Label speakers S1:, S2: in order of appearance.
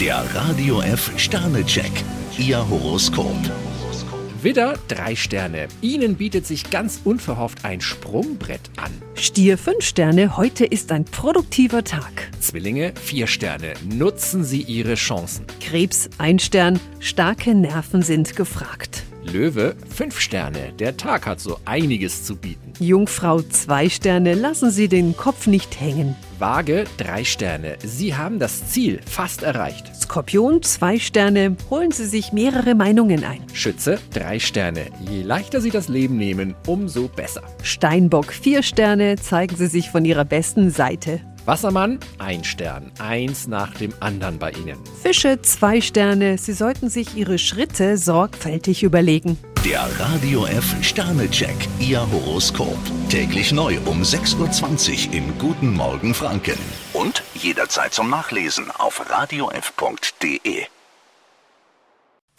S1: Der Radio F Sternecheck, Ihr Horoskop.
S2: Widder, drei Sterne. Ihnen bietet sich ganz unverhofft ein Sprungbrett an.
S3: Stier 5 Sterne, heute ist ein produktiver Tag.
S2: Zwillinge, vier Sterne. Nutzen Sie Ihre Chancen.
S3: Krebs ein Stern, starke Nerven sind gefragt.
S2: Löwe, fünf Sterne. Der Tag hat so einiges zu bieten.
S3: Jungfrau 2 Sterne, lassen Sie den Kopf nicht hängen.
S2: Waage, drei Sterne. Sie haben das Ziel fast erreicht.
S3: Skorpion 2 Sterne, holen Sie sich mehrere Meinungen ein.
S2: Schütze, drei Sterne. Je leichter Sie das Leben nehmen, umso besser.
S3: Steinbock 4 Sterne, zeigen Sie sich von Ihrer besten Seite.
S2: Wassermann, ein Stern. Eins nach dem anderen bei Ihnen.
S3: Fische 2 Sterne, Sie sollten sich Ihre Schritte sorgfältig überlegen.
S1: Der Radio F Sternecheck, Ihr Horoskop. Täglich neu um 6.20 Uhr im Guten Morgen Franken. Und jederzeit zum Nachlesen auf radiof.de.